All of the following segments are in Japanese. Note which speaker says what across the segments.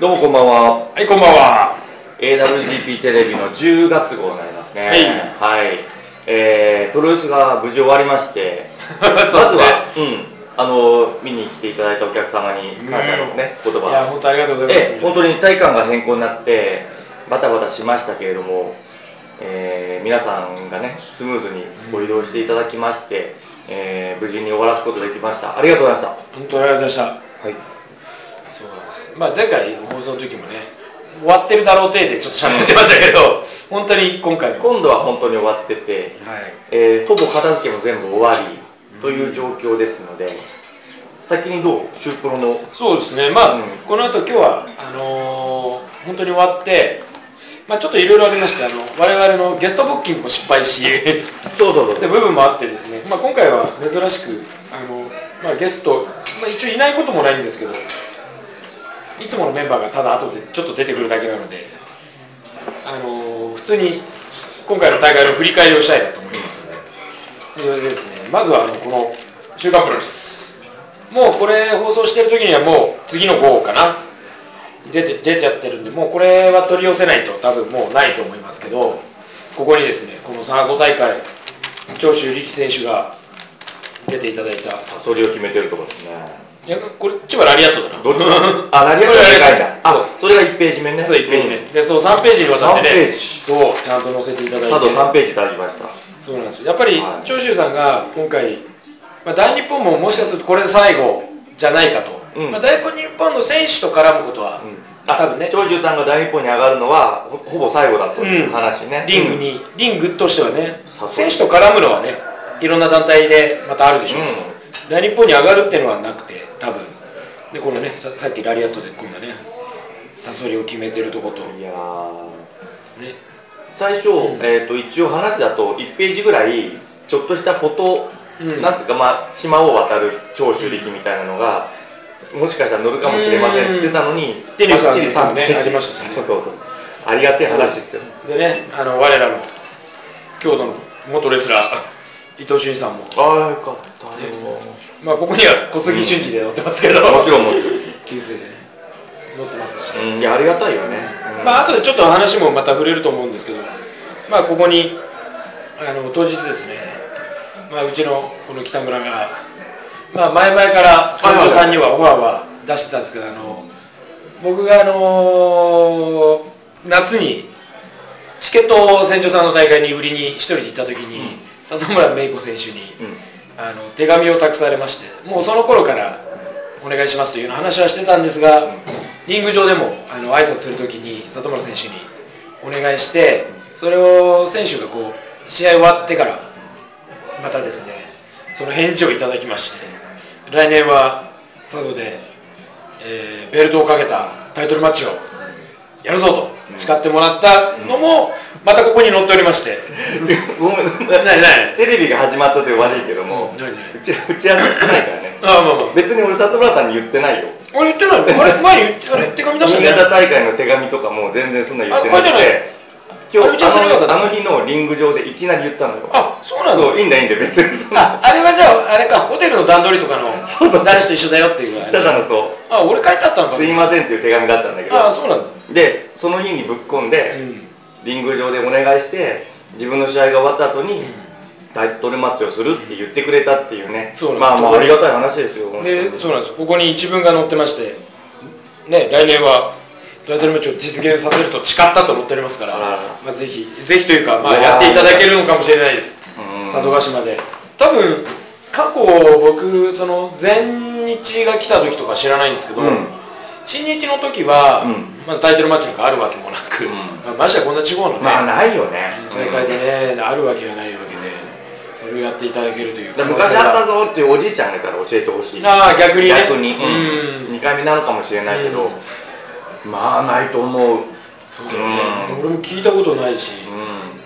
Speaker 1: どうもこんばんは。
Speaker 2: はい、こんばんは。
Speaker 1: AWGP テレビの10月号になりますね。
Speaker 2: はい
Speaker 1: はい。えー、プロレスが無事終わりまして、
Speaker 2: そう
Speaker 1: まず
Speaker 2: ですね
Speaker 1: は、うん、あの、見に来ていただいたお客様に感謝のね、言
Speaker 2: いや、
Speaker 1: 葉。
Speaker 2: 本当ありがとうございます。
Speaker 1: ええ、本当に体感が変更になって、バタバタしましたけれども、えー皆さんがね、スムーズにご移動していただきまして、えー無事に終わらすことができました。ありがとうございまし。
Speaker 2: 本当にありがとうございました
Speaker 1: はい。
Speaker 2: た。そうなんです。まあ、前回の放送の時もね、終わってるだろう体でちょっと喋ってましたけど、本当に今回も。
Speaker 1: 今度は本当に終わってて、
Speaker 2: はい。
Speaker 1: えーほぼ片付けも全部終わりという状況ですので、先にどう、シュープロの、
Speaker 2: そうですね、まあ、
Speaker 1: うん
Speaker 2: この後今日はあのー本当に終わって、まあ、ちょっといろいろありまして、あの我々のゲストブッキングも失敗し、って
Speaker 1: そうそうそ
Speaker 2: 部
Speaker 1: う、
Speaker 2: 分もあってですね、まあ、今回は珍しく、あのまあ、ゲスト、まあ、一応いないこともないんですけど、いつものメンバーがただ後でちょっと出てくるだけなので、あのー普通に今回の大会の振り返りをしたいなと思いますので、それでですね、まずはあのこの週刊プロレス、もうこれ放送してる時にはもう次の号かな、出て出ちゃってるんで、もうこれは取り寄せないと多分もうないと思いますけど、ここにですね、このサード大会、長州力選手が出ていただいた、
Speaker 1: サソリを決めてるところですね。
Speaker 2: いやこれ、千葉ラリアットだな。
Speaker 1: どっちあ、何がでかいんだ。
Speaker 2: そう
Speaker 1: あ、それが1ページ目ね。
Speaker 2: そう1ページ目、
Speaker 1: うん
Speaker 2: でそう3ページにわたってね
Speaker 1: 三ページ
Speaker 2: そうちゃんと載せていただいて
Speaker 1: 佐藤3ページいただきました。
Speaker 2: そうなんですよやっぱり、
Speaker 1: はい
Speaker 2: 長州さんが今回、まあ、大日本ももしかするとこれで最後じゃないかと、
Speaker 1: うん
Speaker 2: まあ、大日本の選手と絡むことは、
Speaker 1: あ、
Speaker 2: 多分ね
Speaker 1: 長州さんが大日本に上がるのはほほぼ最後だといううん話ね、
Speaker 2: リングに、リングとしてはね
Speaker 1: そう
Speaker 2: 選手と絡むのはねいろんな団体でまたあるでしょうけど、大日本に上がるっていうのはなくて多分でこのねささっきラリアットで今度ねサソリを決めてるとこと
Speaker 1: うんい
Speaker 2: ね
Speaker 1: やー最初、えー、と一応話だと1ページぐらいちょっとしたフォト、
Speaker 2: うん
Speaker 1: なんていうか、まあ、島を渡る長州力みたいなのが、もしかしたら乗るかもしれませんって言ってたのに、
Speaker 2: うん
Speaker 1: ばっちり
Speaker 2: テレビさ
Speaker 1: 三
Speaker 2: んね
Speaker 1: ページ
Speaker 2: ありましたね
Speaker 1: そうそうそうありがてえ話ですよ、
Speaker 2: でね、あの我らの郷土の元レスラー、伊藤俊二さんも、
Speaker 1: ああよかったよ、
Speaker 2: まあ、ここには小杉俊二で乗ってますけど、
Speaker 1: もちろんもちろん
Speaker 2: 旧姓でね、乗ってますし、
Speaker 1: うんいやありがたいよね、うん
Speaker 2: まあ後でちょっと話もまた触れると思うんですけど、まあ、ここにあの当日ですね、まあ、うちのこの北村が、まあ、前々から斎藤さんにはオファーは出してたんですけど、あの僕が、あの夏にチケットを船長さんの大会に売りに一人で行った時に、里村芽衣子選手に、
Speaker 1: うん
Speaker 2: あの手紙を託されましてもうその頃からお願いしますというような話はしてたんですが、リング上でもあの挨拶するときに里村選手にお願いしてそれを選手がこう試合終わってからまたですねその返事をいただきまして来年は佐渡で、えーベルトをかけたタイトルマッチをやるぞと誓ってもらったのも、またここに載っておりまして。
Speaker 1: ごめんごめん
Speaker 2: ないない
Speaker 1: テレビが始まったという悪いけども、
Speaker 2: 何
Speaker 1: う
Speaker 2: 何
Speaker 1: ち打ち合わせしてないからね
Speaker 2: あまあまあ
Speaker 1: 別に俺里村さんに言ってないよ
Speaker 2: あれ言ってないのあれ前に言ってあれ手紙出した
Speaker 1: 新
Speaker 2: ね
Speaker 1: 潟大会の手紙とかも全然そんな言ってなく
Speaker 2: あ書いてない
Speaker 1: て今
Speaker 2: あれ
Speaker 1: 日
Speaker 2: じゃあそれがだった
Speaker 1: あのあの日のリング上でいきなり言ったのよ
Speaker 2: あそうなの
Speaker 1: そういいんだいいんだ別にそん
Speaker 2: あ
Speaker 1: な
Speaker 2: あれはじゃああれかホテルの段取りとかの
Speaker 1: そうそう
Speaker 2: 男子と一緒だよっていうあれ
Speaker 1: ただのそ
Speaker 2: あ俺書いてあったの
Speaker 1: う
Speaker 2: か
Speaker 1: すいませんっていう手紙だったんだけど
Speaker 2: あそうなんだ
Speaker 1: でその日にぶっ込んで、
Speaker 2: うん
Speaker 1: リング上でお願いして自分の試合が終わった後に、タイトルマッチをするって言ってくれたっていうね
Speaker 2: そう
Speaker 1: まあ
Speaker 2: なんです
Speaker 1: まあありがたい話ですよ本当
Speaker 2: で
Speaker 1: に
Speaker 2: そうなんですここに一文が載ってましてね来年はタイトルマッチを実現させると誓ったと思っておりますから、
Speaker 1: あらら
Speaker 2: まあ、ぜひぜひというか、ま
Speaker 1: い
Speaker 2: あ、
Speaker 1: やー
Speaker 2: やっていただけるのかもしれないです
Speaker 1: うん
Speaker 2: 佐渡島で多分過去僕その前日が来た時とか知らないんですけど、
Speaker 1: うん
Speaker 2: 新日の時は、
Speaker 1: うん
Speaker 2: まずタイトルマッチなんかあるわけもなく、
Speaker 1: うん
Speaker 2: まあ、ましてやこんな地方のね、
Speaker 1: まあないよね
Speaker 2: 大会でね、あるわけがないわけでそれをやっていただけるという
Speaker 1: だから昔あったぞっていうおじいちゃんだから教えてほしい
Speaker 2: ああ逆にね
Speaker 1: 逆に、
Speaker 2: うん
Speaker 1: 2回目なのかもしれないけど、まあないと思う
Speaker 2: そうだよね俺も聞いたことないし、
Speaker 1: うん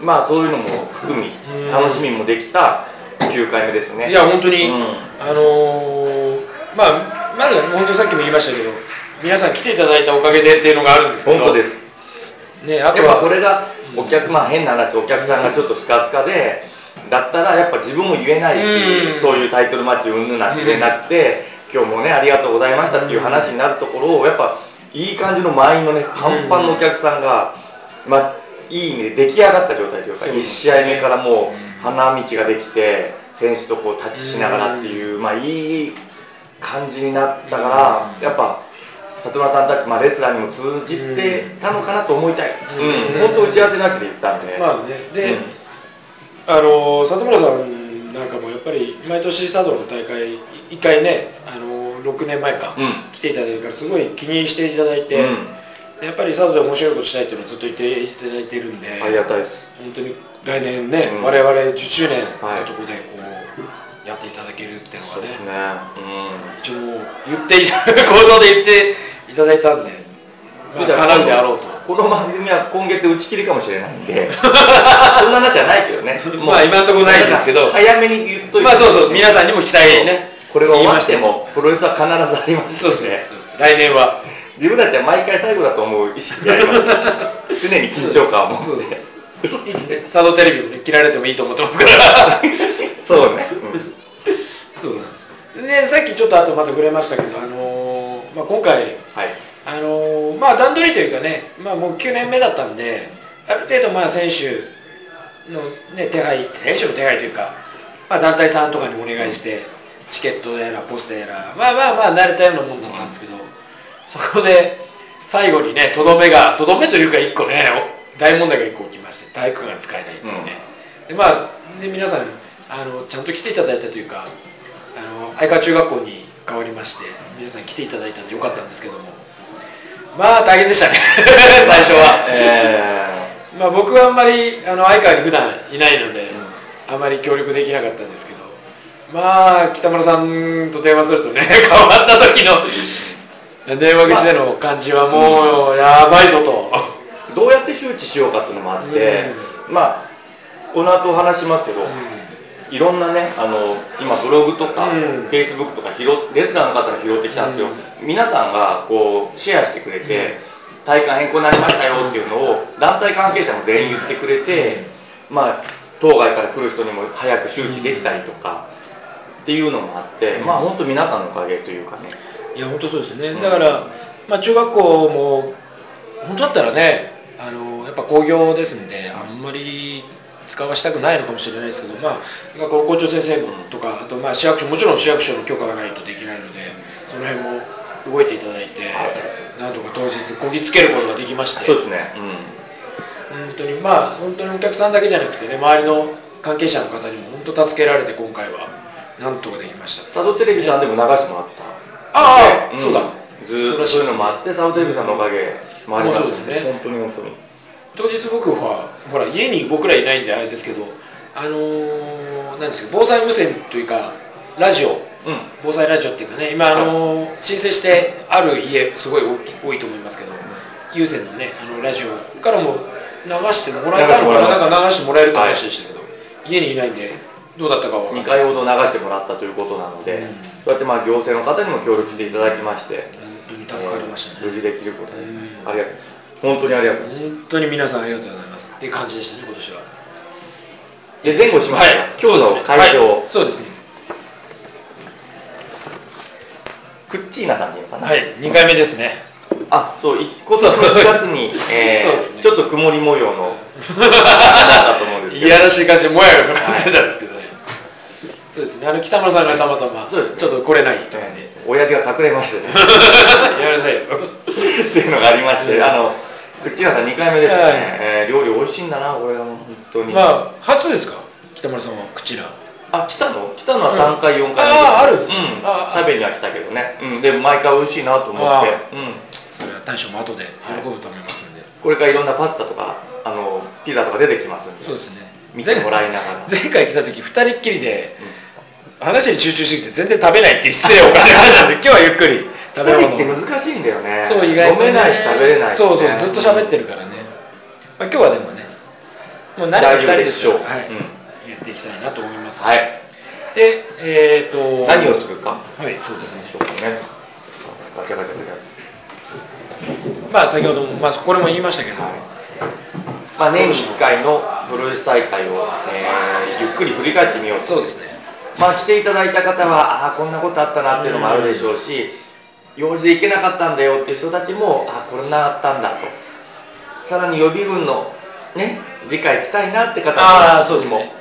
Speaker 1: まあそういうのも含み、
Speaker 2: うん
Speaker 1: 楽しみもできた9回目ですね
Speaker 2: いや本当に、
Speaker 1: うん
Speaker 2: あのーまあまず本当にさっきも言いましたけど皆さん来ていただいたおかげでっていうのがあるんですけど
Speaker 1: 本当です。
Speaker 2: ね
Speaker 1: や
Speaker 2: あ
Speaker 1: っ
Speaker 2: と
Speaker 1: ぱ
Speaker 2: は
Speaker 1: これがお客、まあ変な話、お客さんがちょっとスカスカで、だったらやっぱ自分も言えないし
Speaker 2: うん、
Speaker 1: そういうタイトルマッチうんぬんなんて言えなくて、今日もね、ありがとうございましたっていう話になるところを、やっぱいい感じの満員のね、パンパンのお客さんが、まあ、いい意味で出来上がった状態というか、
Speaker 2: そうで
Speaker 1: 1
Speaker 2: す
Speaker 1: 試
Speaker 2: ね
Speaker 1: 合目からも
Speaker 2: うん
Speaker 1: う花道ができて、選手とこうタッチしながらっていう、まあいい感じになったか
Speaker 2: うん
Speaker 1: ら、やっぱ里村さんたち、まあ、レスラーにも通じてたのかなと思いたい、
Speaker 2: うん
Speaker 1: うん本当打ち合わせなしで言ったんで、
Speaker 2: まあねで、
Speaker 1: うん
Speaker 2: あの里村さんなんかもやっぱり毎年佐渡の大会い一回ねあの6年前か、
Speaker 1: うん
Speaker 2: 来ていただいてからすごい気にしていただいて、
Speaker 1: うん
Speaker 2: でやっぱり佐渡で面白いことしたいっていうのをずっと言っていただいてるんで
Speaker 1: ありがたいです
Speaker 2: 本当に来年ね、
Speaker 1: うん
Speaker 2: 我々10周年の
Speaker 1: はい
Speaker 2: ところでこうやっていただけるっていうのが
Speaker 1: そうですね、
Speaker 2: 一応もう言っていた行動で言っていただいたんで、
Speaker 1: うん、
Speaker 2: まあ、叶うであろうと
Speaker 1: この番組は今月打ち切りかもしれないん でそんな話はないけどねもう
Speaker 2: まあ今のところないですけど
Speaker 1: 早めに言っといて
Speaker 2: まあそうそう皆さんにも期待ね
Speaker 1: これが終わってもプロレスは必ずあります
Speaker 2: そうですね来年は
Speaker 1: 自分たちは毎回最後だと思う意識があります常に緊張感を持って
Speaker 2: そうです いつねサードテレビもね切られてもいいと思ってますから
Speaker 1: そうね、うん
Speaker 2: そうなんですでさっきちょっと後また触れましたけど、あのーまあ、今回
Speaker 1: はい
Speaker 2: あのーまあ、段取りというかね、まあ、もう9年目だったんで、ある程度、まあ、選手の、ね、手配、選手の手配というか、まあ、団体さんとかにお願いして、チケットやら、ポスターやら、まあまあまあ、慣れたようなもんだったんですけど、そこで最後にね、とどめが、とどめというか、1個ね、お大問題が1個起きまして、体育館が使えないというね、でまあで皆さんあの、ちゃんと来ていただいたというか、あの相川中学校に変わりまして、皆さん来ていただいたんでよかったんですけども。まあ大変でしたね、 最初は。
Speaker 1: え
Speaker 2: まあ、僕はあんまりあの相川に普段いないので、あまり協力できなかったんですけど、まあ、北村さんと電話するとね、 変わった時の電話口での感じはもう、やばいぞと。
Speaker 1: ーどうやって周知しようかっていうのもあって、まあこの後お話しますけど、いろんなねあの今ブログとか、
Speaker 2: うん
Speaker 1: フェイスブックとか拾っレスラーの方が拾ってきたんですよ、皆さんがこうシェアしてくれて、体感変更になりましたよっていうのを団体関係者も全員言ってくれて、まあ当該から来る人にも早く周知できたりとか、っていうのもあって、まあ本当皆さんのおかげというかね、
Speaker 2: いや本当そうですね、
Speaker 1: うん
Speaker 2: だから、まあ、中学校も本当だったらねあのやっぱ工業ですんであんまり使わしたくないのかもしれないですけど、まあ、学校の校長先生もとかあとまあ市役所もちろん市役所の許可がないとできないのでその辺も動いていただいてなんとか当日こぎつけることができまして
Speaker 1: そうですね、
Speaker 2: 本当にまあ本当にお客さんだけじゃなくてね周りの関係者の方にも本当助けられて今回はなんとかできました
Speaker 1: うん、サドテレビさんでも流してもらった
Speaker 2: ああ、
Speaker 1: ん
Speaker 2: そうだ
Speaker 1: ずーっとそういうのもあってサドテレビさんのおかげもありま
Speaker 2: そうです
Speaker 1: す
Speaker 2: ね
Speaker 1: 本当に本当に
Speaker 2: 当日僕はほら家に僕らいないんであれですけどあのーなんですか防災無線というかラジオ
Speaker 1: うん
Speaker 2: 防災ラジオっていうかね今あのー申請してある家すごい大き多いと思いますけど有線のねあのラジオからも流してもらえたのか
Speaker 1: 流してもら
Speaker 2: な
Speaker 1: え
Speaker 2: な
Speaker 1: た
Speaker 2: んか流してもらえるって話でしたけど、家にいないんでどうだったかは
Speaker 1: 2回ほど流してもらったということなので、
Speaker 2: うん
Speaker 1: そうやってまあ行政の方にも協力していただきまして、
Speaker 2: 本当に助かりましたね、
Speaker 1: 無事できることで、
Speaker 2: うん
Speaker 1: ありがとう本当にありがとうございま
Speaker 2: 本当に皆さんありがとうございますっていう感じでしたね今年は
Speaker 1: すで前後しました、
Speaker 2: はい
Speaker 1: 今日の会場、
Speaker 2: はいそうですね
Speaker 1: クッチーナさんでいいのかな、
Speaker 2: はい、2回目ですね。
Speaker 1: あそう一個今年の1月 に、え
Speaker 2: そう
Speaker 1: ー
Speaker 2: ですね
Speaker 1: ちょっと曇り模様のだったと思うんです
Speaker 2: い
Speaker 1: けど
Speaker 2: やらしい感じでもやがかかってたんですけどね。そうですね、あの北村さんがたまたま、
Speaker 1: そうですね
Speaker 2: ちょっと来れないって感じ
Speaker 1: えー親父が隠れましてね
Speaker 2: で。 やらないよ。
Speaker 1: っていうのがありまして、あのクッチーナさん2回目ですね、
Speaker 2: はい
Speaker 1: えー料理美味しいんだな俺は本当に、
Speaker 2: まあ、初ですか、北村さんは、口ら。
Speaker 1: あ、来たの来たのは3回、
Speaker 2: うん
Speaker 1: 4回目
Speaker 2: あーあるんです
Speaker 1: う
Speaker 2: ね
Speaker 1: ん
Speaker 2: あー
Speaker 1: 食べには来たけどね。うん。でも毎回美味しいなと思
Speaker 2: あ
Speaker 1: って。うん。
Speaker 2: それは大将も後で喜ぶと思いますんで。
Speaker 1: これからいろんなパスタとか、あの、ピザとか出てきますんで。
Speaker 2: そうですね。
Speaker 1: 見てもらいながら
Speaker 2: 前前回来た時、二人っきりで、話に集中してきて全然食べないっていう失礼をおかしい話 なんで、今日はゆっくり
Speaker 1: 食べ
Speaker 2: 食べ
Speaker 1: 物
Speaker 2: 物
Speaker 1: っ
Speaker 2: を
Speaker 1: て難しいんだよね。
Speaker 2: そう意外と、ね、
Speaker 1: 飲めないし食べれないしね、
Speaker 2: そうそうずっと喋ってるからね、まあ、今日はでもねもう慣れて2人ですよ
Speaker 1: 大丈夫でしょう
Speaker 2: はい
Speaker 1: うん
Speaker 2: やっていきたいなと思いますし
Speaker 1: はい。
Speaker 2: でえっ、と
Speaker 1: 何をするか。
Speaker 2: はいそうですね
Speaker 1: そうですね。ガチャガチャガチャ。
Speaker 2: まあ、先ほども、まあ、これも言いましたけど、
Speaker 1: まあ、年に1回のプロレス大会を、えーゆっくり振り返ってみようと
Speaker 2: そうですね、
Speaker 1: まあ、来ていただいた方は、ああー、こんなことあったなっていうのもあるでしょうし、用事で行けなかったんだよっていう人たちも、あーこんなあったんだと、さらに予備軍のね、次回来たいなって方
Speaker 2: ああそうです
Speaker 1: も
Speaker 2: ね、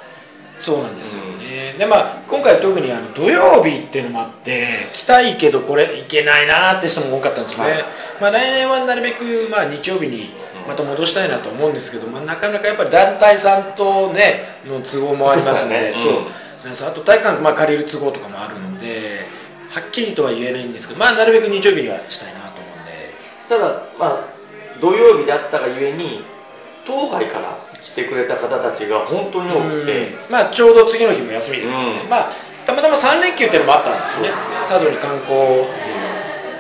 Speaker 2: そうなんですよね、でまあ、今回、特にあの土曜日っていうのもあって、来たいけど、これ、行けないなーって人も多かったんですよね、
Speaker 1: はい
Speaker 2: まあ、来年はなるべく、まあ、日曜日にまた戻したいなと思うんですけど、まあ、なかなかやっぱり団体さんと、ね、の都合もありますので、
Speaker 1: そう
Speaker 2: そ
Speaker 1: だ
Speaker 2: う
Speaker 1: ね
Speaker 2: なんですあと体育館、まあ、借りる都合とかもあるので、はっきりとは言えないんですけど、まあ、なるべく日曜日にはしたいなと思うんで。
Speaker 1: ただ、まあ、土曜日だったがゆえに、当該から来てくれた方たちが本当に多くて、
Speaker 2: うんまあ、ちょうど次の日も休みですからね、
Speaker 1: うん
Speaker 2: まあ、たまたま3連休っていうのもあったんですよね、佐渡に観光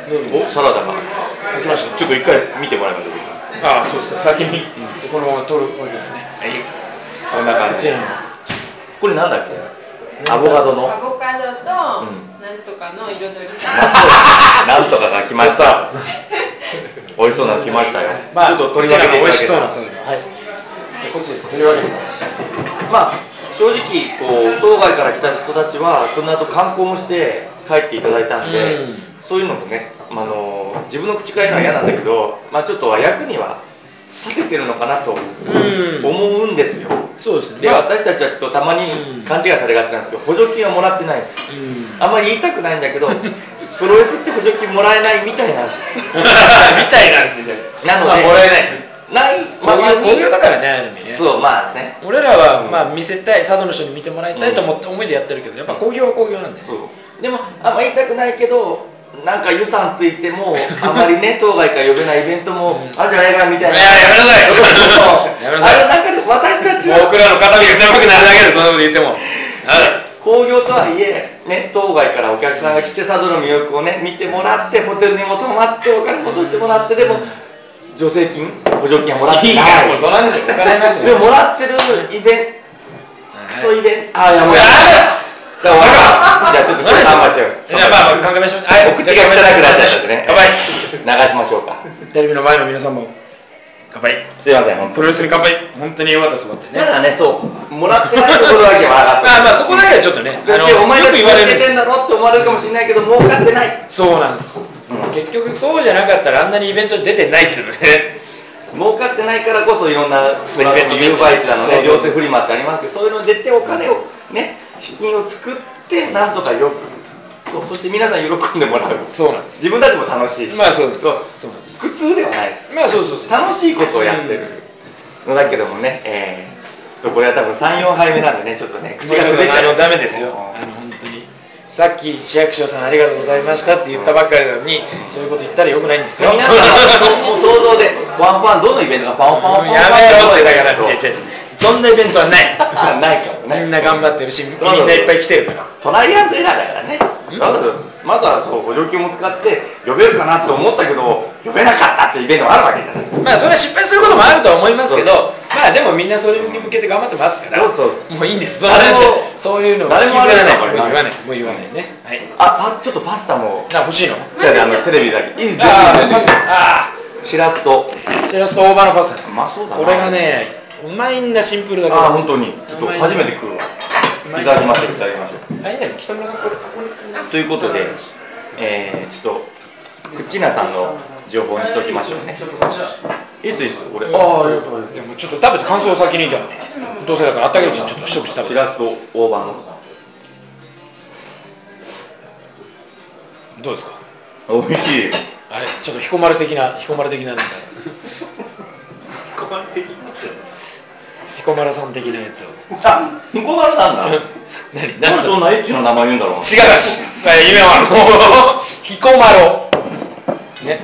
Speaker 2: ムーブ
Speaker 1: おサラダが、
Speaker 2: 行きました
Speaker 1: ちょっと一回見てもらいましょう、
Speaker 2: ああ、そうですか、先に、このまま撮るわけですね、
Speaker 1: こんな感じ
Speaker 2: じ。ゃ
Speaker 1: これなんだっけアボカドの
Speaker 3: アボカドと、
Speaker 1: うん
Speaker 3: なんとかの彩り
Speaker 1: なんとかが来ました。美味しそうなの来ましたよ。
Speaker 2: ま
Speaker 1: ちょ
Speaker 2: あ、
Speaker 1: っと
Speaker 2: こ
Speaker 1: 取
Speaker 2: ち
Speaker 1: り分
Speaker 2: ら
Speaker 1: け
Speaker 2: が
Speaker 1: ていただけ
Speaker 2: 美味しそ
Speaker 1: た
Speaker 2: う
Speaker 1: ら
Speaker 2: なそうです、はい、でこっちです、取り分けて
Speaker 1: まあ正直こう当該から来た人たちはその後観光もして帰っていただいたんで、
Speaker 2: うん
Speaker 1: そういうのもね、あのー自分の口から言うのは嫌なんだけど、まあちょっとは役には立ててるのかなと
Speaker 2: うん、
Speaker 1: 思うんですよ。
Speaker 2: そうです
Speaker 1: で
Speaker 2: ね、まあ
Speaker 1: 私たちはちょっとたま
Speaker 2: うん
Speaker 1: に勘違いされがちなんですけど補助金はもらってないです。
Speaker 2: うん、
Speaker 1: あんまり言いたくないんだ けど、プロレスって補助金もらえない みたいなんです。
Speaker 2: みたいなんですよ、
Speaker 1: なので、
Speaker 2: まあもらえ
Speaker 1: ない。ない
Speaker 2: まあ、
Speaker 1: まあ
Speaker 2: こういうだからね、ある意味ね。
Speaker 1: そう、まあね。
Speaker 2: 俺らは、
Speaker 1: うん
Speaker 2: まあ見せたい佐渡の人に見てもらいたいと思って思いでやってるけどやっぱ興行は興行なんですよ
Speaker 1: そう。でも、あんま言いたくないけど、なんか予算ついて も、あまりね、当該から呼べないイベントもあるんじゃないかなみたいな。
Speaker 2: いややめなさいやめなさい
Speaker 1: あれ、なんか私たち
Speaker 2: 僕
Speaker 1: は、
Speaker 2: らの肩身が狭くなるだけでそんなこと言っても
Speaker 1: 興行とはいえ、ね、当該からお客さんが来て、佐渡の魅力をね、見てもらって、ホテルにも泊まって、お金も落としてもらって、でも、助成金、補助金はもらってない。
Speaker 2: やもうその話お金の話
Speaker 1: でも、もらってるイベント、クソイベント、あ、やばい。
Speaker 2: さあ終わ
Speaker 1: じゃあちょっと今日頑張りましょう
Speaker 2: いやまあまあ考えましょう
Speaker 1: はい、お口が汚くなっちゃいましたね。
Speaker 2: やばい
Speaker 1: 流しましょうか。
Speaker 2: テレビの前の皆さんも乾杯
Speaker 1: すいません、本当
Speaker 2: プ
Speaker 1: に。
Speaker 2: ロレスに乾杯本当によかったです本当に
Speaker 1: ただ
Speaker 2: ね
Speaker 1: ね、 そう、もらってないところだけは上がっ
Speaker 2: まあまあそこだけはちょっとね
Speaker 1: て
Speaker 2: あの
Speaker 1: お前
Speaker 2: よ
Speaker 1: た
Speaker 2: く
Speaker 1: ち
Speaker 2: 言わ
Speaker 1: 儲
Speaker 2: れ
Speaker 1: け
Speaker 2: る
Speaker 1: てんだろって思われるかもしれないけど、儲かってない。
Speaker 2: そうなんです
Speaker 1: うん
Speaker 2: 結局そうじゃなかったらあんなにイベントに出てないっていうのね
Speaker 1: 儲かってないからこそいろんな、
Speaker 2: そうイベント
Speaker 1: 有売地だの
Speaker 2: そう
Speaker 1: ね、
Speaker 2: そう
Speaker 1: 行政フリマってありますけど、そういうのに出てお金をね、資金を作って、なんとかよく、そう、そして皆さん喜んでもらう。
Speaker 2: そうなんです
Speaker 1: 自分たちも楽しいし。
Speaker 2: まあそうです
Speaker 1: そう
Speaker 2: そうなんです
Speaker 1: 苦痛ではないです。
Speaker 2: まあそうそうそう
Speaker 1: 楽しいことをやってるのだけどもね、えーちょっとこれは多分3、4杯目なんでね、ちょっとね、口が滑っちゃう。
Speaker 2: あのダメですよあの本当にさっき市役所さんありがとうございましたって言ったばっかりなのにそういうこと言ったらよくないんですよ
Speaker 1: 皆さんはもう想像で、ワンパン、どのイベントがパンパンパンパン
Speaker 2: やめろってだから
Speaker 1: パンパン
Speaker 2: 違う違うそんなイベント はない
Speaker 1: あ ないからね。
Speaker 2: みんな頑張ってるしみん
Speaker 1: そうそう
Speaker 2: ないっぱい来てるから
Speaker 1: トライアンドエラーだからね。まずまずはそう補助金も使って呼べるかなと思ったけど呼べなかったってイベントもあるわけじゃない。
Speaker 2: まあそれは失敗することもあるとは思いますけどまあでもみんなそれに向けて頑張ってますから
Speaker 1: そうそう
Speaker 2: もういいんですその話
Speaker 1: 誰も
Speaker 2: そういうのを
Speaker 1: 誰も
Speaker 2: 引きずらないもう
Speaker 1: あれ
Speaker 2: 言
Speaker 1: だから
Speaker 2: わないもう言わないねはい
Speaker 1: あ、パちょっとパスタも。
Speaker 2: あ欲しいの
Speaker 1: じゃあねあのテレビだけ。いいですよ。
Speaker 2: あ
Speaker 1: 全
Speaker 2: ーパ
Speaker 1: 然
Speaker 2: ス
Speaker 1: 全然
Speaker 2: タあ
Speaker 1: しらすと。
Speaker 2: ーテラスと大葉のパスタです
Speaker 1: うまそうだな。
Speaker 2: これがねうまいんだシンプルだけど
Speaker 1: ああ、本当に。ちょっと初めて食うわ。いただきましょう、いただきましょう。
Speaker 2: あいいね北村さんこれここに
Speaker 1: ということで、えー、ちょっと、クッチーナさんの情報にしておきましょうね。いいっす、いいっす、俺。
Speaker 2: ああ、でもちょっと食べて感想を先にじゃあ、どうせだからあったけるうちにちょっと一口食
Speaker 1: し
Speaker 2: べて。
Speaker 1: らすと大葉の。
Speaker 2: どうですか
Speaker 1: 美味しい。
Speaker 2: あれ、ちょっと彦丸的な、彦丸的ななんか、彦丸さん的なやつを。
Speaker 1: あ、ヒコマルなんだ。
Speaker 2: 何
Speaker 1: なんでそん
Speaker 2: 違う
Speaker 1: なエッチな名前言うんだろうな。
Speaker 2: らし、夢はあの、 彦丸を。ね、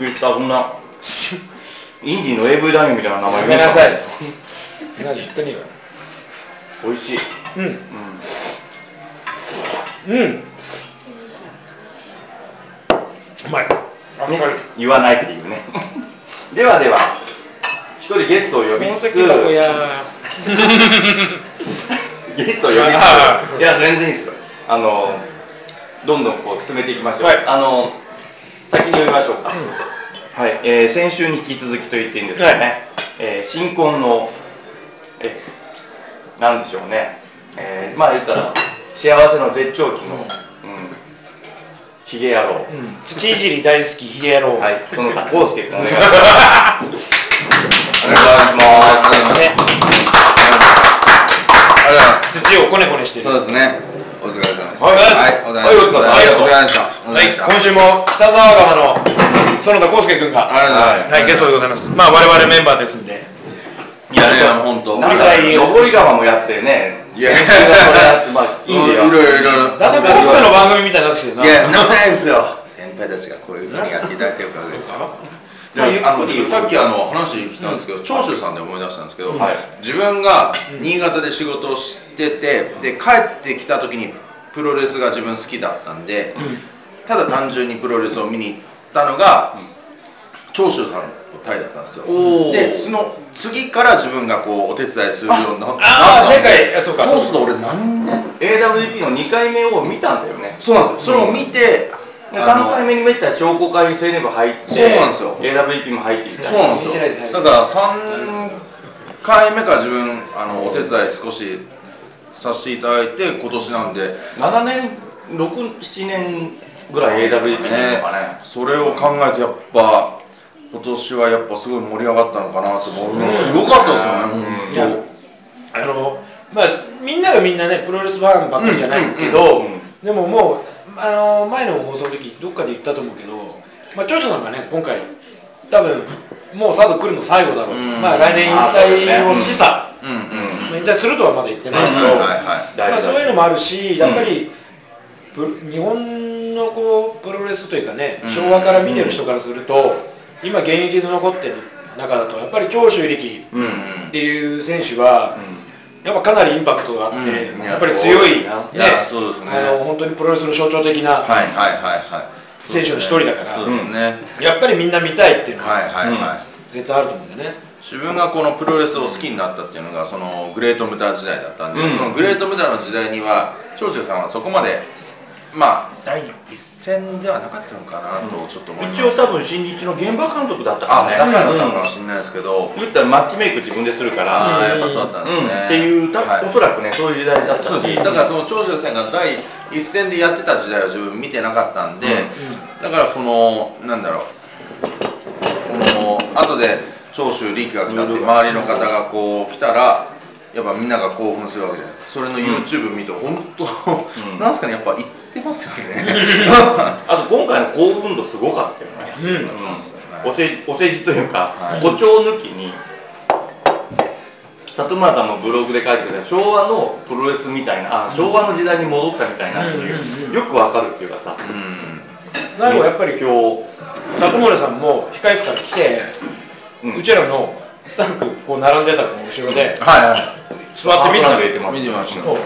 Speaker 1: びっくりした、そんな。インディの AV 男優みたいな名前
Speaker 2: や
Speaker 1: 言
Speaker 2: め
Speaker 1: うから
Speaker 2: なさい。何言ってね
Speaker 1: 美味しい。
Speaker 2: えよ。
Speaker 1: うん。
Speaker 2: うん、うん。うまい。
Speaker 1: ね、言わないっていうね ではでは一人ゲストを呼び
Speaker 2: この
Speaker 1: つ
Speaker 2: 時の子や。
Speaker 1: つ ゲストを呼びつ
Speaker 2: は
Speaker 1: ついや全然いいですよあのどんどんこう進めていきましょう、
Speaker 2: はい
Speaker 1: あの先に呼びましょうか、はい、えー先週に引き続きと言っていいんですかね、
Speaker 2: はい
Speaker 1: えー新婚の、え、なんでしょうね、えーまあ言ったら、幸せの絶頂期の、
Speaker 2: う
Speaker 1: うんん、ヒゲ野郎、
Speaker 2: 土いじり大好きヒゲ野郎、
Speaker 1: はい、その他、コウスケ 君お願いします。お願いします。
Speaker 2: ね、
Speaker 4: ありがとうございます。
Speaker 2: 土をこねこねしてる
Speaker 4: そうですね。お疲れ様です。
Speaker 2: はい
Speaker 4: お疲
Speaker 2: はい
Speaker 4: れ様で
Speaker 2: はい
Speaker 4: す。お疲れ様でした。お疲
Speaker 2: は
Speaker 4: れ様
Speaker 2: い、
Speaker 4: でし
Speaker 2: 今
Speaker 4: た。
Speaker 2: 週も北沢川の園田康介君が、
Speaker 4: ありがとうございます
Speaker 2: はい、ゲストでございます。まあ、我々メンバーですんで、
Speaker 4: いやいや、本当。
Speaker 1: なんか、登り川もやってね、
Speaker 4: いや
Speaker 1: 練習がそれやって、まあ、いいんだよ。
Speaker 4: いろいろいろいろ。
Speaker 2: だんだん康介の番組みたいになってきてるな。
Speaker 4: いや、なんないですよ。先輩たちがこういう風にやっていただけるからですよ。で
Speaker 1: まあゆっ
Speaker 4: あ
Speaker 1: く
Speaker 4: の
Speaker 1: り
Speaker 4: さっきあの話したんですけど、長州さんで思い出したんですけど、
Speaker 1: はい
Speaker 4: 自分が新潟で仕事をしてて、で帰ってきた時にプロレスが自分好きだったんで、ただ単純にプロレスを見に行ったのが、長州さんのタイだったんですよ
Speaker 2: おー
Speaker 4: でその次から自分がこうお手伝いするようになった
Speaker 2: ああー
Speaker 4: なったんで
Speaker 2: 前回あそうか
Speaker 4: そうすると俺何年
Speaker 1: AWP の2回目を見たんだよね。
Speaker 4: そうなんですよそれを見て、
Speaker 1: で
Speaker 4: あの
Speaker 1: 3回目に見たら商工会に青年部入って、
Speaker 4: そうなんですよ
Speaker 1: AWP も入ってきた
Speaker 4: そうなんです
Speaker 2: 見せられてな
Speaker 4: よ
Speaker 2: い
Speaker 4: だから3回目から自分あのお手伝い少しさせていただいて今年なんで
Speaker 1: 7年、6、7年ぐらい AWP にいるのかね。
Speaker 4: それを考えてやっぱ今年はやっぱすごい盛り上がったのかなと思うすごかったですよね
Speaker 1: うん
Speaker 4: 本当
Speaker 2: いやあのまあ、みんながみんなねプロレスファンばっかりじゃないけ
Speaker 1: う
Speaker 2: ど、
Speaker 1: んうんうん
Speaker 2: でももうあの前の放送の時どっかで言ったと思うけど、まあ、長所さんがね今回多分もう佐渡来るの最後だろう、
Speaker 4: うん
Speaker 2: まあ、来年引退を示唆、
Speaker 4: うんうん
Speaker 2: まあ引退するとはまだ言ってないけど、
Speaker 4: うんうんはいはい
Speaker 2: まあ、そういうのもあるし
Speaker 4: ん
Speaker 2: やっぱり、プロ日本のこうプロレスというかね
Speaker 4: うん
Speaker 2: 昭和から見てる人からすると、今現役で残ってる中だとやっぱり長州力
Speaker 1: うん。うん。
Speaker 2: っていう選手は、やっぱかなりインパクトがあって、
Speaker 4: うん
Speaker 2: やっぱり強い、
Speaker 1: い
Speaker 2: ね
Speaker 1: や
Speaker 4: いやそうですね
Speaker 2: あの本当にプロレスの象徴的な
Speaker 4: はいはいはいはい
Speaker 2: 選手の一人だから、
Speaker 4: そうですね
Speaker 2: やっぱりみんな見たいっていうのは、
Speaker 4: はいはいはい
Speaker 2: 絶対あると思うんだよね。
Speaker 4: 自分がこのプロレスを好きになったっていうのがそのグレートムタ時代だったんで、
Speaker 1: うん
Speaker 4: そのグレートムタの時代には長州さんはそこまでまあ第一線ではなかったのかなとちょっと思います、
Speaker 1: 一応多分新日の現場監督だった
Speaker 4: あ
Speaker 1: から
Speaker 4: だ
Speaker 1: ね。
Speaker 4: からだった
Speaker 1: う
Speaker 4: の
Speaker 1: ん
Speaker 4: かもしれないですけど、
Speaker 1: 言ったらマッチメイク自分でするから、
Speaker 4: ああやっぱそうだったんですね、
Speaker 1: うんっていう、た
Speaker 4: はい
Speaker 1: おそらくね、そういう時代だったし
Speaker 4: そうですねだからその長州さんが第一線でやってた時代は自分見てなかったんで、
Speaker 1: うん
Speaker 4: だからそのなんだろうこの後で長州力が来たって周りの方がこう来たらやっぱみんなが興奮するわけじゃないですかそれの YouTube 見て本当、
Speaker 1: うん
Speaker 4: なんすかねやっぱ行ってますよね
Speaker 1: あと今回の興奮度すごかったよね。
Speaker 2: うん
Speaker 1: うんお世お世辞というか、
Speaker 4: はい
Speaker 1: 誇張抜きに里村さんもブログで書いてた昭和のプロレスみたいなあ昭和の時代に戻ったみたいなっていう、
Speaker 2: うんうんうん
Speaker 1: よくわか るっていうかさ、
Speaker 2: なのでやっぱり
Speaker 1: 今日、
Speaker 2: 里村さんも控え室から来て、う
Speaker 1: うん
Speaker 2: ちらのスタッフこう並んでたこの後ろで、
Speaker 4: はいは
Speaker 2: 座って見てたの
Speaker 1: 見てま
Speaker 4: い見てました
Speaker 2: こ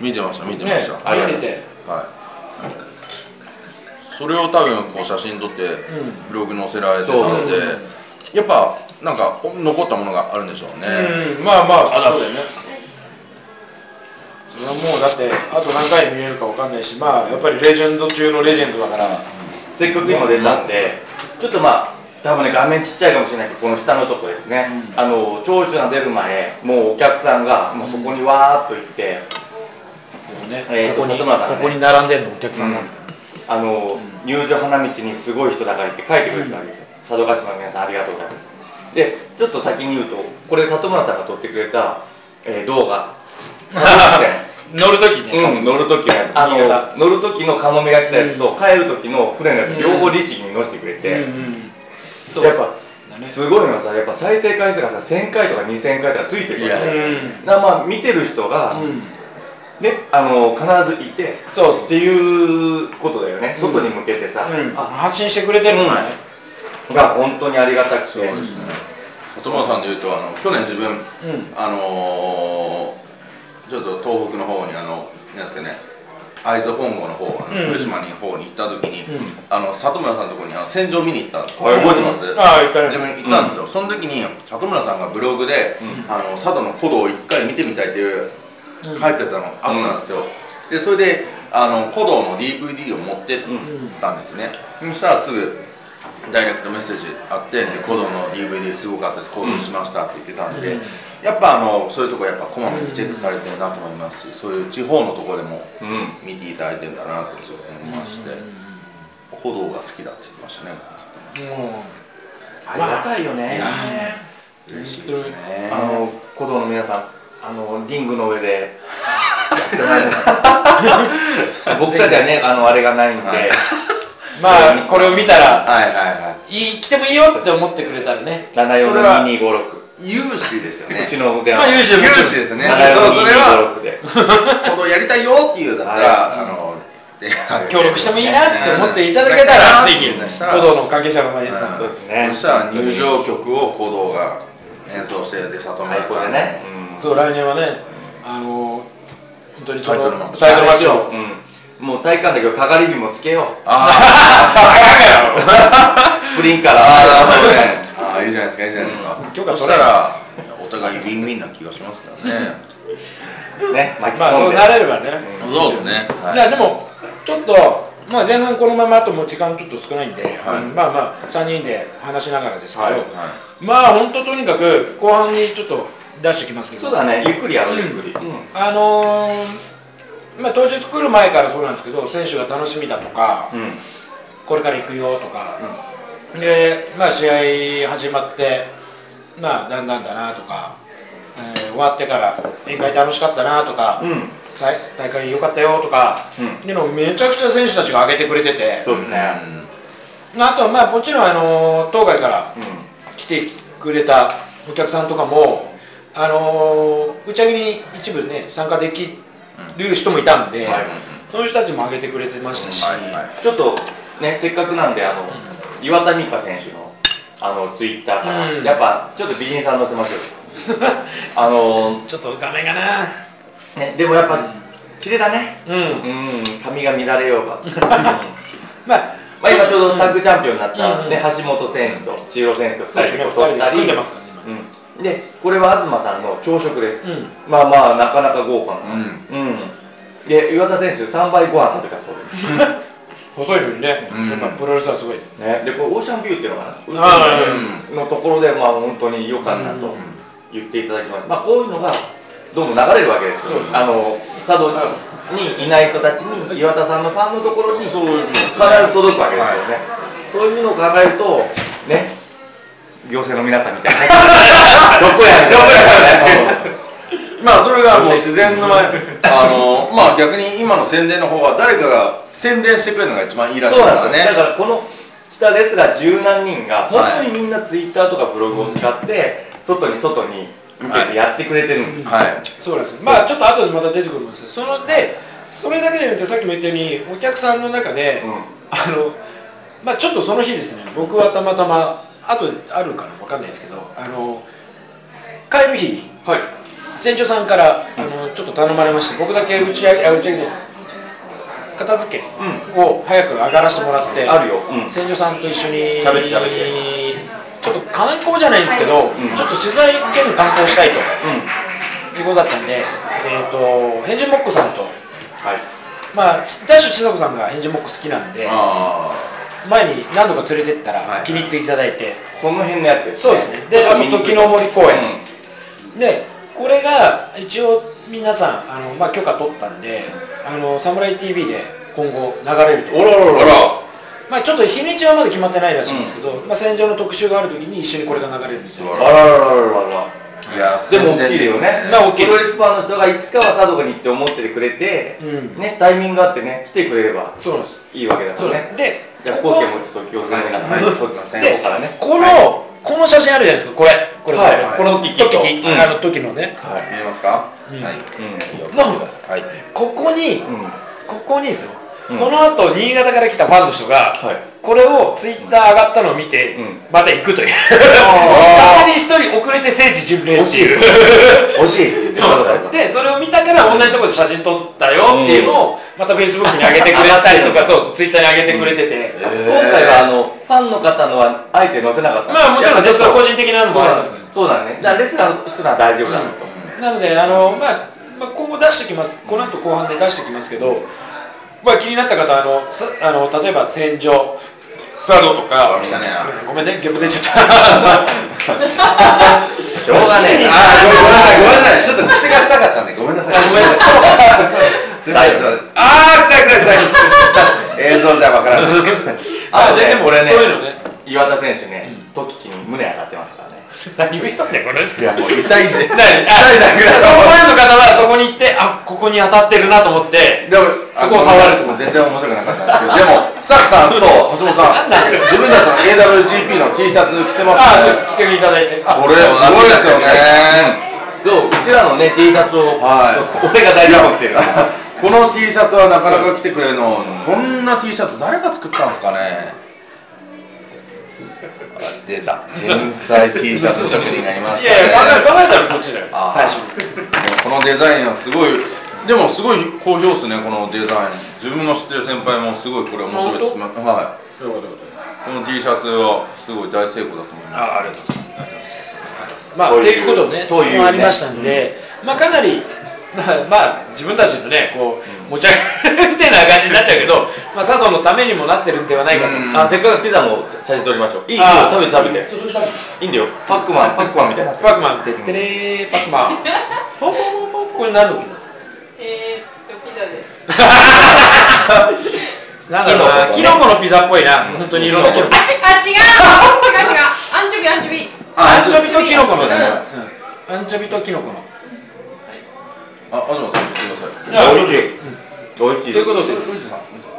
Speaker 4: 見てました見
Speaker 2: う
Speaker 4: てま
Speaker 2: ね
Speaker 4: した、
Speaker 1: ありがとう
Speaker 2: 見てて
Speaker 4: はい、それを多分こう写真撮って
Speaker 2: ん
Speaker 4: ブログ載せられてたので、
Speaker 2: そう
Speaker 4: やっぱなんかお残ったものがあるんでしょうね、
Speaker 2: うん、まあまあ、そうだよね。それはもうだって、あと何回見れるかわかんないし、まあ、やっぱりレジェンド中のレジェンドだから、
Speaker 1: せっかく今出たんで、ちょっとまあ、多分ね、画面ちっちゃいかもしれないけど、この下のとこですね、あの長州が出る前、もうお客さんが、もうそこにわーっと行って、
Speaker 2: ね
Speaker 1: えーと
Speaker 2: ここに
Speaker 1: 里村さんね
Speaker 2: ここに並んでるのお客さんなんですけど、
Speaker 1: あの、入場花道にすごい人だからって書いてくれたわけですよ、佐渡島の皆さんありがとうございますでちょっと先に言うとこれ里村さんが撮ってくれた、えー動 画
Speaker 2: 乗るときね、
Speaker 1: うん、乗る時のやつ
Speaker 2: 新潟
Speaker 1: あの乗る時のカモメが来たやつと、帰る時の船のや
Speaker 2: う
Speaker 1: つ
Speaker 2: ん
Speaker 1: 両方律儀に乗せてくれて、
Speaker 2: うんうん
Speaker 1: やっぱ
Speaker 2: だね
Speaker 1: すごいのはさやっぱ再生回数がさ1000回とか2000回とかついてくる
Speaker 4: いやいや
Speaker 2: うん
Speaker 1: なまあ見てる人が、
Speaker 2: うん
Speaker 1: ね、あの必ずいて
Speaker 2: そうそう
Speaker 1: っていうことだよね、外に向けてさ、
Speaker 2: うん
Speaker 1: あ
Speaker 2: 発信してくれてるのね、
Speaker 1: が本当にありがたくて、
Speaker 4: そうですね里村さんでいうとあの去年自分、
Speaker 2: ん
Speaker 4: あのーちょっと東北の方にあのなんですかね会津本郷の方あの
Speaker 2: うん
Speaker 4: 福島の方に行った時に、
Speaker 2: うん
Speaker 4: あの里村さんのところにあの戦場見に行ったの
Speaker 1: はい
Speaker 4: 覚えてます、
Speaker 2: ああ行ったね
Speaker 4: 自分行ったんですよ、その時に里村さんがブログで、
Speaker 1: う
Speaker 4: あの佐渡の古道を一回見てみたいっていう書
Speaker 2: うん
Speaker 4: いてたのあったんですよ、でそれであの古道の DVD を持ってったんですね、そしたらすぐダイレクトメッセージあって、でコードの DVD すごかったです、購入しましたって言ってたんで、
Speaker 2: うん
Speaker 4: やっぱあのそういうとこやっぱこまめにチェックされてるなと思いますし、そういう地方のところでも
Speaker 1: う
Speaker 4: 見ていただいてるんだなとちょっと思いまして、歩道が好きだって言ってましたね。
Speaker 2: も
Speaker 1: ありがたいよね
Speaker 4: いやー嬉しいですね。
Speaker 1: あの鼓動の皆さんあのリングの上で僕たちはねあのあれがないんで、
Speaker 4: はい
Speaker 2: うんまあこれを見たら
Speaker 4: はいはいはい。
Speaker 2: いい来てもいいよって思ってくれたらね
Speaker 1: 74の2256
Speaker 4: 有志ですよね。
Speaker 1: うちの電
Speaker 2: まあ
Speaker 1: 話
Speaker 2: 有
Speaker 4: 有
Speaker 2: 志もちろん
Speaker 4: 志ですね。ちょっ
Speaker 1: 74
Speaker 4: とそれは
Speaker 1: の2256で
Speaker 4: 歩道やりたいよっていうだった ら、あの。で
Speaker 2: 協力してもいいなって思っていただけたら、
Speaker 4: うん
Speaker 2: ぜひ、
Speaker 4: うん
Speaker 2: 報道の関係者の前でさ、
Speaker 1: そうですね
Speaker 4: そしたら入場曲を鼓動が演奏してで里村
Speaker 1: 最高
Speaker 4: さ
Speaker 1: で
Speaker 4: ん
Speaker 1: ね、
Speaker 2: そう来年はね、あの本当にその
Speaker 4: タイトルマッチ
Speaker 2: タイトルマッチ
Speaker 1: う
Speaker 2: を、
Speaker 1: んうんもう体育館だけどかがり火もつけよう
Speaker 4: あ
Speaker 1: スプリンカ
Speaker 4: あ
Speaker 1: ラー
Speaker 4: ああなるほどねああいいじゃないですかいいじゃないですか、
Speaker 2: ん許可
Speaker 4: そし
Speaker 2: 取
Speaker 4: た
Speaker 2: れ
Speaker 4: らお互いウィンウィンな気がしますからね
Speaker 1: ね巻き
Speaker 2: まあ
Speaker 1: 込
Speaker 2: そ
Speaker 1: ん
Speaker 2: う
Speaker 1: で、
Speaker 2: なれればね、
Speaker 4: そうですねはい
Speaker 2: いやでもちょっと、まあ、前半このままあともう時間ちょっと少ないんで、
Speaker 4: はい
Speaker 2: まあまあ3人で話しながらですけど、
Speaker 1: はいはい
Speaker 2: まあ本当とにかく後半にちょっと出してきますけど
Speaker 1: そうだねゆっくりやろうゆっくり、
Speaker 2: うん
Speaker 1: うん
Speaker 2: あのーまあ、当日来る前からそうなんですけど選手が楽しみだとか、
Speaker 1: うん
Speaker 2: これから行くよとか、で、まあ、試合始まって、まあ、だんだんだなとか、えー終わってから宴会楽しかったなとか、
Speaker 1: うん
Speaker 2: 大大会良かったよとか、
Speaker 1: うん
Speaker 2: でもめちゃくちゃ選手たちが上げてくれてて、
Speaker 1: そうですね、
Speaker 2: まあ、あとはまあもちろん、あのー当該から
Speaker 1: う
Speaker 2: 来てくれたお客さんとかも、あのー打ち上げに一部ね参加できる人もいたんで、
Speaker 1: はい
Speaker 2: そういう人たちも上げてくれてましたし、
Speaker 4: はいはい
Speaker 1: ん、ちょっとねせっかくなんであの、岩田美香選手のあのツイッターから、
Speaker 2: うん
Speaker 1: やっぱちょっと美人さん載せますよ あの
Speaker 2: ちょっと画面がな、
Speaker 1: ねでもやっぱ綺麗だね
Speaker 2: うん
Speaker 1: うん髪が乱れよ うがうん
Speaker 2: まあ、
Speaker 1: まあ今ちょうどタッグチャンピオンになった、
Speaker 2: うん
Speaker 1: ね、橋本選手と千尋選手と2人で
Speaker 2: そう
Speaker 1: こ
Speaker 2: で
Speaker 1: う撮
Speaker 2: すね
Speaker 1: ったり
Speaker 2: 組んでますからね
Speaker 1: うんでこれは東さんの朝食です、
Speaker 2: うん
Speaker 1: まあまあなかなか豪華な、
Speaker 4: う
Speaker 1: うんで岩田選手3倍ご飯食べたそうです
Speaker 2: 細いのにね、
Speaker 4: うん
Speaker 2: やっぱプロレスはすごいです。
Speaker 1: ね、でこれオーシャンビューっていうのかな、
Speaker 2: あ
Speaker 4: ー
Speaker 1: のところで、まあ、本当に良かった
Speaker 2: うん
Speaker 1: と言っていただきます、まあ、こういうのがどんどん流れるわけです
Speaker 2: そう
Speaker 1: よ
Speaker 2: で、す
Speaker 1: あの佐渡にいない人たちに、岩田さんのファンのところに必ず
Speaker 4: そういうことですね
Speaker 1: 届くわけですよね、そういうのを考えると、ね、行政の皆さんみたいな、どこやねん、どこやねん。
Speaker 4: まあそれがもう自然のあのまあ逆に今の宣伝の方は誰かが宣伝してくれるのが一番いいらしい
Speaker 1: そう
Speaker 4: か
Speaker 1: な
Speaker 4: ら
Speaker 1: んですよだか
Speaker 4: ね
Speaker 1: らこの来たレスラー十何人が本
Speaker 4: はい
Speaker 1: 当にみんなツイッターとかブログを使って外に外に向けてやってくれてるんですよ、
Speaker 4: はい
Speaker 2: そうなんですよ。まあちょっと後でまた出てくるんですよ。そので、それだけじゃなくて、さっきも言ったように、お客さんの中で、
Speaker 1: うん
Speaker 2: あの、まあちょっとその日ですね、僕はたまたま、あとあるかな、わかんないですけど、あの、帰る日、
Speaker 1: はい
Speaker 2: 船長さんから、あの、ちょっと頼まれまして、僕だけ打ち上げ、あ打ち上げじゃない片付けを早く上がらせてもらって、
Speaker 1: あるようん
Speaker 2: 船長さんと一緒に
Speaker 1: 喋って喋っ
Speaker 2: ちょっと観光じゃないんですけど、
Speaker 1: ん
Speaker 2: ちょっと取材兼観光したいと
Speaker 1: うん
Speaker 2: いうことだったんで、えー、と変人もっこさんと、
Speaker 1: はい
Speaker 2: まあ、ちダッシュ千佐子さんが変人もっこ好きなんで
Speaker 4: あ
Speaker 2: 前に何度か連れてった
Speaker 4: は
Speaker 2: ら
Speaker 4: い
Speaker 2: 気に入っていただいて、
Speaker 1: この辺のやつです、
Speaker 2: そうですねであと時の森公園でこれが一応皆さんあの、まあ、許可取ったんで「あのサムライ TV」で今後流れると
Speaker 1: おらららら
Speaker 2: まあ、ちょっと日にちはまだ決まってないらしいんですけど、まあ、戦場の特集があるときに一緒にこれが流れるんですよ
Speaker 4: 素晴
Speaker 1: あらららららら
Speaker 4: いや
Speaker 1: でも大きいよね
Speaker 2: まあ大きい
Speaker 1: プロレスファンの人がいつかは佐渡にって思っててくれて、
Speaker 2: うん
Speaker 1: ねタイミングがあってね来てくれれば
Speaker 2: そうなんです
Speaker 1: いいわけだか
Speaker 2: そう
Speaker 1: ら
Speaker 2: です
Speaker 1: ね
Speaker 2: で
Speaker 1: じゃあ
Speaker 2: こ
Speaker 1: コウス
Speaker 2: こ
Speaker 1: ケもちょっと行政の皆さん
Speaker 4: はい
Speaker 1: にそうですね
Speaker 2: で
Speaker 1: 先方からね
Speaker 2: この、この写真あるじゃないですかこれこれ、
Speaker 1: はい
Speaker 2: この時
Speaker 1: この時
Speaker 2: 時
Speaker 1: うん
Speaker 2: あの時のね
Speaker 1: はい
Speaker 4: 見えますか、
Speaker 2: うん
Speaker 4: はい、
Speaker 1: う
Speaker 2: の
Speaker 4: はい、
Speaker 2: ここ
Speaker 1: ん
Speaker 2: に、
Speaker 1: うん
Speaker 2: ここにですよ、
Speaker 1: うん
Speaker 2: この後新潟から来たファンの人が、
Speaker 1: はい
Speaker 2: これをツイッター上がったのを見て、
Speaker 1: うん
Speaker 2: また行くという
Speaker 1: あー
Speaker 2: たまに一人遅れて聖地巡礼っていう
Speaker 1: 惜しい
Speaker 2: そうでそれを見たから同じところで写真撮ったよっていうのをまたフェイスブックに上げてくれたり とかそうツイッターに上げてくれてて、
Speaker 1: 今回はあのファンの方のはあえて載せなかった
Speaker 2: まあもちろんねそれは個人的な
Speaker 1: そ
Speaker 2: の
Speaker 1: う
Speaker 2: もあり
Speaker 1: だ
Speaker 2: ま
Speaker 1: ね
Speaker 2: すけど
Speaker 1: そうだねだからレスラーの人なら大丈夫だなと、
Speaker 2: なのであの、まあまあ、今後出してきますこの後後半で出してきますけど、まあ、気になった方はあのさあの例えば戦場スワローとか
Speaker 4: あ汚ねえな
Speaker 2: ごめんねゲップ出ちゃった
Speaker 1: しょうがねえ
Speaker 4: あーごめんなさいごめんな
Speaker 1: な
Speaker 4: さいちょっと口が臭かったんでごめんなさい
Speaker 2: あごめんな
Speaker 4: さいすいませんすいませんああ臭い臭い臭い映像じゃわからない
Speaker 2: あ
Speaker 4: のね
Speaker 2: でも
Speaker 4: 俺ね
Speaker 2: そういうのね
Speaker 1: 岩田選手ね、トキキに胸当たってますからね。
Speaker 2: 何をしとんねんこの人
Speaker 4: いやもう痛いんで痛い痛い
Speaker 2: ないあその前の方はそこに行ってあここに当たってるなと思って
Speaker 4: でも
Speaker 2: そこを触ると
Speaker 4: も全然面白くなかったんですけどでもスタッフさんと橋本さん自分たちの AWGP の T シャツ着てます
Speaker 2: あ
Speaker 4: ね
Speaker 2: あ来ていただいてあ
Speaker 4: これすごいですよね
Speaker 1: そう、うちらのね、T シャツを、
Speaker 4: はい
Speaker 1: 俺が大事持ってる。
Speaker 4: この T シャツはなかなか着てくれるの、こんな T シャツ誰が作ったんですかねあ出た天才 T シャツ職人がいま
Speaker 2: い
Speaker 4: した
Speaker 2: やいや考え考え
Speaker 4: ね
Speaker 2: たらそっちだよ
Speaker 4: あー
Speaker 2: 最初に
Speaker 4: このデザインはすごいでもすごい好評ですねこのデザイン自分の知ってる先輩もすごいこれ面白いです、
Speaker 2: 本よ
Speaker 4: は
Speaker 2: かったよかった
Speaker 4: い、この T シャツはすごい大成功だと思います
Speaker 2: あありがとうございます。まあ、
Speaker 1: と
Speaker 2: と
Speaker 1: いう
Speaker 2: いうことね、
Speaker 1: というね
Speaker 2: もありましたんで、まあ、かなり、まあ、まあ、自分たちのね、こう、持ち上げるみたいな感じになっちゃうけど、まあ、佐藤のためにもなってるんではないかと。
Speaker 4: うん
Speaker 1: あ、せっかくピザも写真撮りましょう。いいよ
Speaker 2: あ、ー
Speaker 1: 食べて食べて。いいんだよ。パックマン、パックマンみたいな。
Speaker 2: パックマンって、てれー、パックマン。ポンポンポンポン、これ何のピ ザですか
Speaker 3: えーっと、ピザです。
Speaker 2: なんだろうな、
Speaker 1: キ
Speaker 2: キ
Speaker 1: ノ
Speaker 2: ノ
Speaker 1: コ
Speaker 2: コのピザっぽいな、本当にいろんなキノコ。
Speaker 3: あ、ち、あ、違う。違う違う。アンチョビ、アンチョビ。
Speaker 2: アンチョビとキノコのね
Speaker 3: アンチョビ、
Speaker 2: うんアンチョビとキノコの。
Speaker 4: あ、あ、でも、さん、言ってください
Speaker 2: いや
Speaker 1: 美味しい。美味しい。
Speaker 2: ということで
Speaker 4: 藤井さん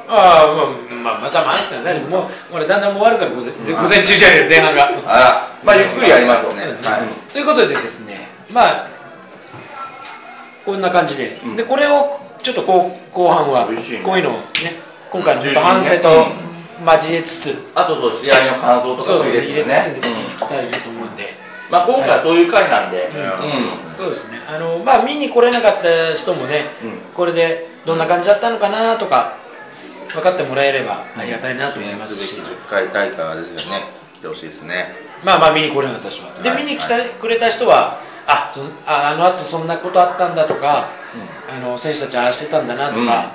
Speaker 2: ああ、まあ、まあ、また回すからね、もう、俺だんだんもう終わるから、午前午前中じゃねえ、前半が。
Speaker 4: あら、
Speaker 1: まあゆっくりやりましょう
Speaker 4: ね
Speaker 1: ね
Speaker 4: はい
Speaker 2: ということでですね、まあ、こんな感じで、
Speaker 1: うん
Speaker 2: でこれをちょっとこう後半は、
Speaker 1: 美味しいね
Speaker 2: こういうのをね、今回の
Speaker 1: ジューシーね
Speaker 2: 反省と交えつつ、
Speaker 1: あとそう、試合の感想と
Speaker 2: そう
Speaker 1: か
Speaker 2: そう
Speaker 1: ついて
Speaker 2: 入れ
Speaker 1: る
Speaker 2: つつ
Speaker 1: よね。うん
Speaker 2: いきたいなと思うんで、
Speaker 1: まあ今回はそういう回なんで。
Speaker 2: うん
Speaker 1: う
Speaker 2: そうですね、あのまあ、見に来れなかった人もね、
Speaker 1: うん
Speaker 2: これでどんな感じだったのかなとか、分かってもらえればありがたいなと思いますし。
Speaker 4: 記念すべき10回大会はですよね、来てほしいですね。
Speaker 2: まあまあ見に来れなかった人は。で、
Speaker 4: はい
Speaker 2: 見に来たくれた人は、あそんああの後そんなことあったんだとか、あの選手たちああしてたんだなとか、
Speaker 1: うん
Speaker 2: あ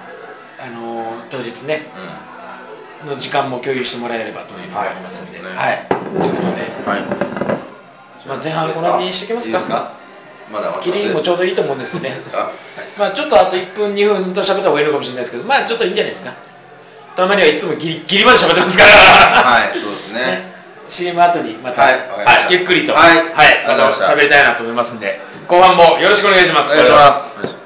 Speaker 2: の当日ね
Speaker 4: うん、
Speaker 2: の時間も共有してもらえればというのがありますので、
Speaker 4: は
Speaker 2: はいい。ということで、
Speaker 4: はい。
Speaker 2: まあ前半この辺にしてきますか。
Speaker 4: いいですかまだまだ。
Speaker 2: キリンもちょうどいいと思うんですよね。まあちょっとあと1分2分と喋った方がいいのかもしれないですけど、まあちょっといいんじゃないですか。たまにはいつもギリギリまで喋ってますから。
Speaker 4: はい、そうです
Speaker 2: ね
Speaker 4: ね。、
Speaker 2: CM 後にまた、
Speaker 4: はいわかりました
Speaker 2: ゆっくりと、
Speaker 4: はい
Speaker 2: はい、
Speaker 4: わかりま
Speaker 2: ま
Speaker 4: した
Speaker 2: た喋りたいなと思いますんで後半もよろしくお願いし
Speaker 4: お
Speaker 2: ます。
Speaker 4: 願いします。